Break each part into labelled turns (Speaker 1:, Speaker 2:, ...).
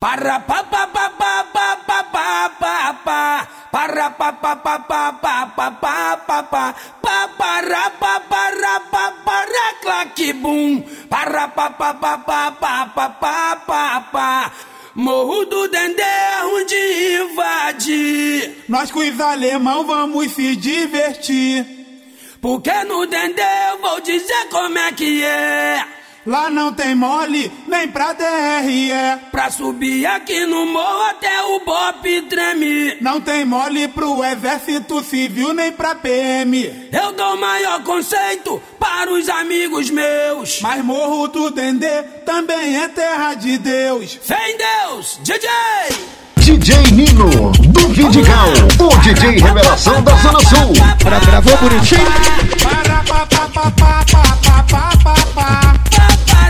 Speaker 1: Para pa pa pa pa pa pa pa pa pa para pa pa pa pa pa pa pa pa pa pa para pa para pa para claque bum para pa pa pa pa pa pa pa pa pa Morro do Dendê é onde invade
Speaker 2: Nós com os alemão vamos se divertir.
Speaker 1: Porque no Dendê eu vou dizer como é que é
Speaker 2: Lá não tem mole, nem pra DRE.
Speaker 1: Pra subir aqui no morro até o bope treme
Speaker 2: Não tem mole pro exército civil, nem pra PM.
Speaker 1: Eu dou maior conceito para os amigos meus
Speaker 2: Mas morro do Dendê também é terra de Deus.
Speaker 1: Fé em Deus, DJ!
Speaker 3: DJ Nino, do Vidigal, o DJ revelação da Zona Sul.
Speaker 4: Pra- Gravou bonitinho?
Speaker 2: Para pa pa pa pa pa pa pa pa pa.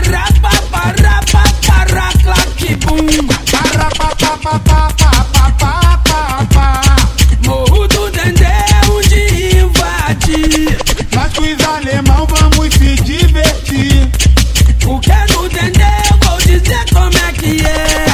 Speaker 1: Papará, papará, papará, claque, bum.
Speaker 2: Para pa pa pa pa pa pa pa pa pa.
Speaker 1: Morro do Dendê é onde invade
Speaker 2: Nós com os alemão vamos se divertir.
Speaker 1: O que é do Dendê eu vou dizer como é que é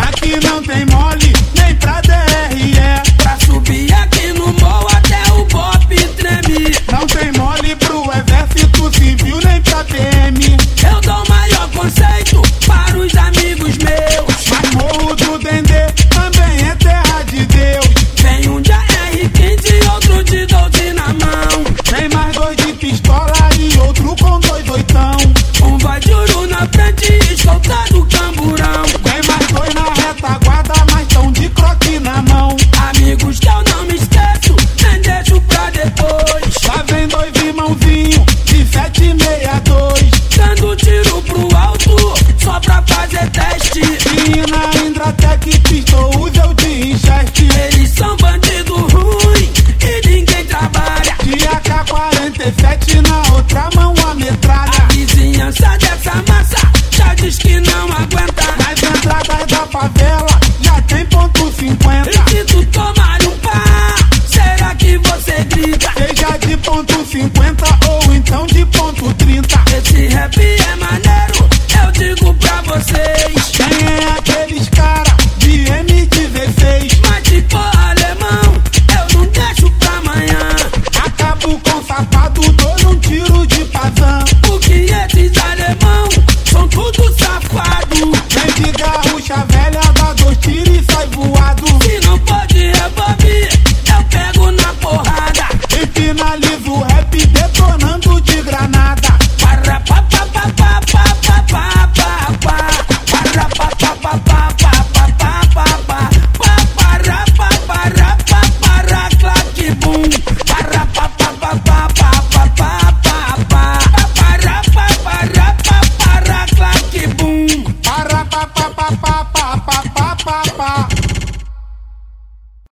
Speaker 2: Aqui não tem mole, nem pra DRE.
Speaker 1: Pra subir aqui no morro até o bope treme
Speaker 2: Não tem mole pro exército civil, nem pra PM.
Speaker 1: Eu dou maior conceito para os amigos meus
Speaker 2: Mas morro do Dendê também é terra de Deus.
Speaker 1: Tem um de R15 e outro de 12 na mão
Speaker 2: Tem mais dois de pistola e outro com dois oitão.
Speaker 1: Um vai de ouro na frente e escoltado camburão
Speaker 2: Tem mais dois na retaguarda, mas tão de croque na mão.
Speaker 1: Amigos que eu não me esqueço, nem deixo pra depois
Speaker 2: Lá vem dois irmãozinhos de 762.
Speaker 1: Dando tiro pro alto, só pra fazer teste
Speaker 2: E na Indratec, pistol, os é
Speaker 1: um
Speaker 2: então é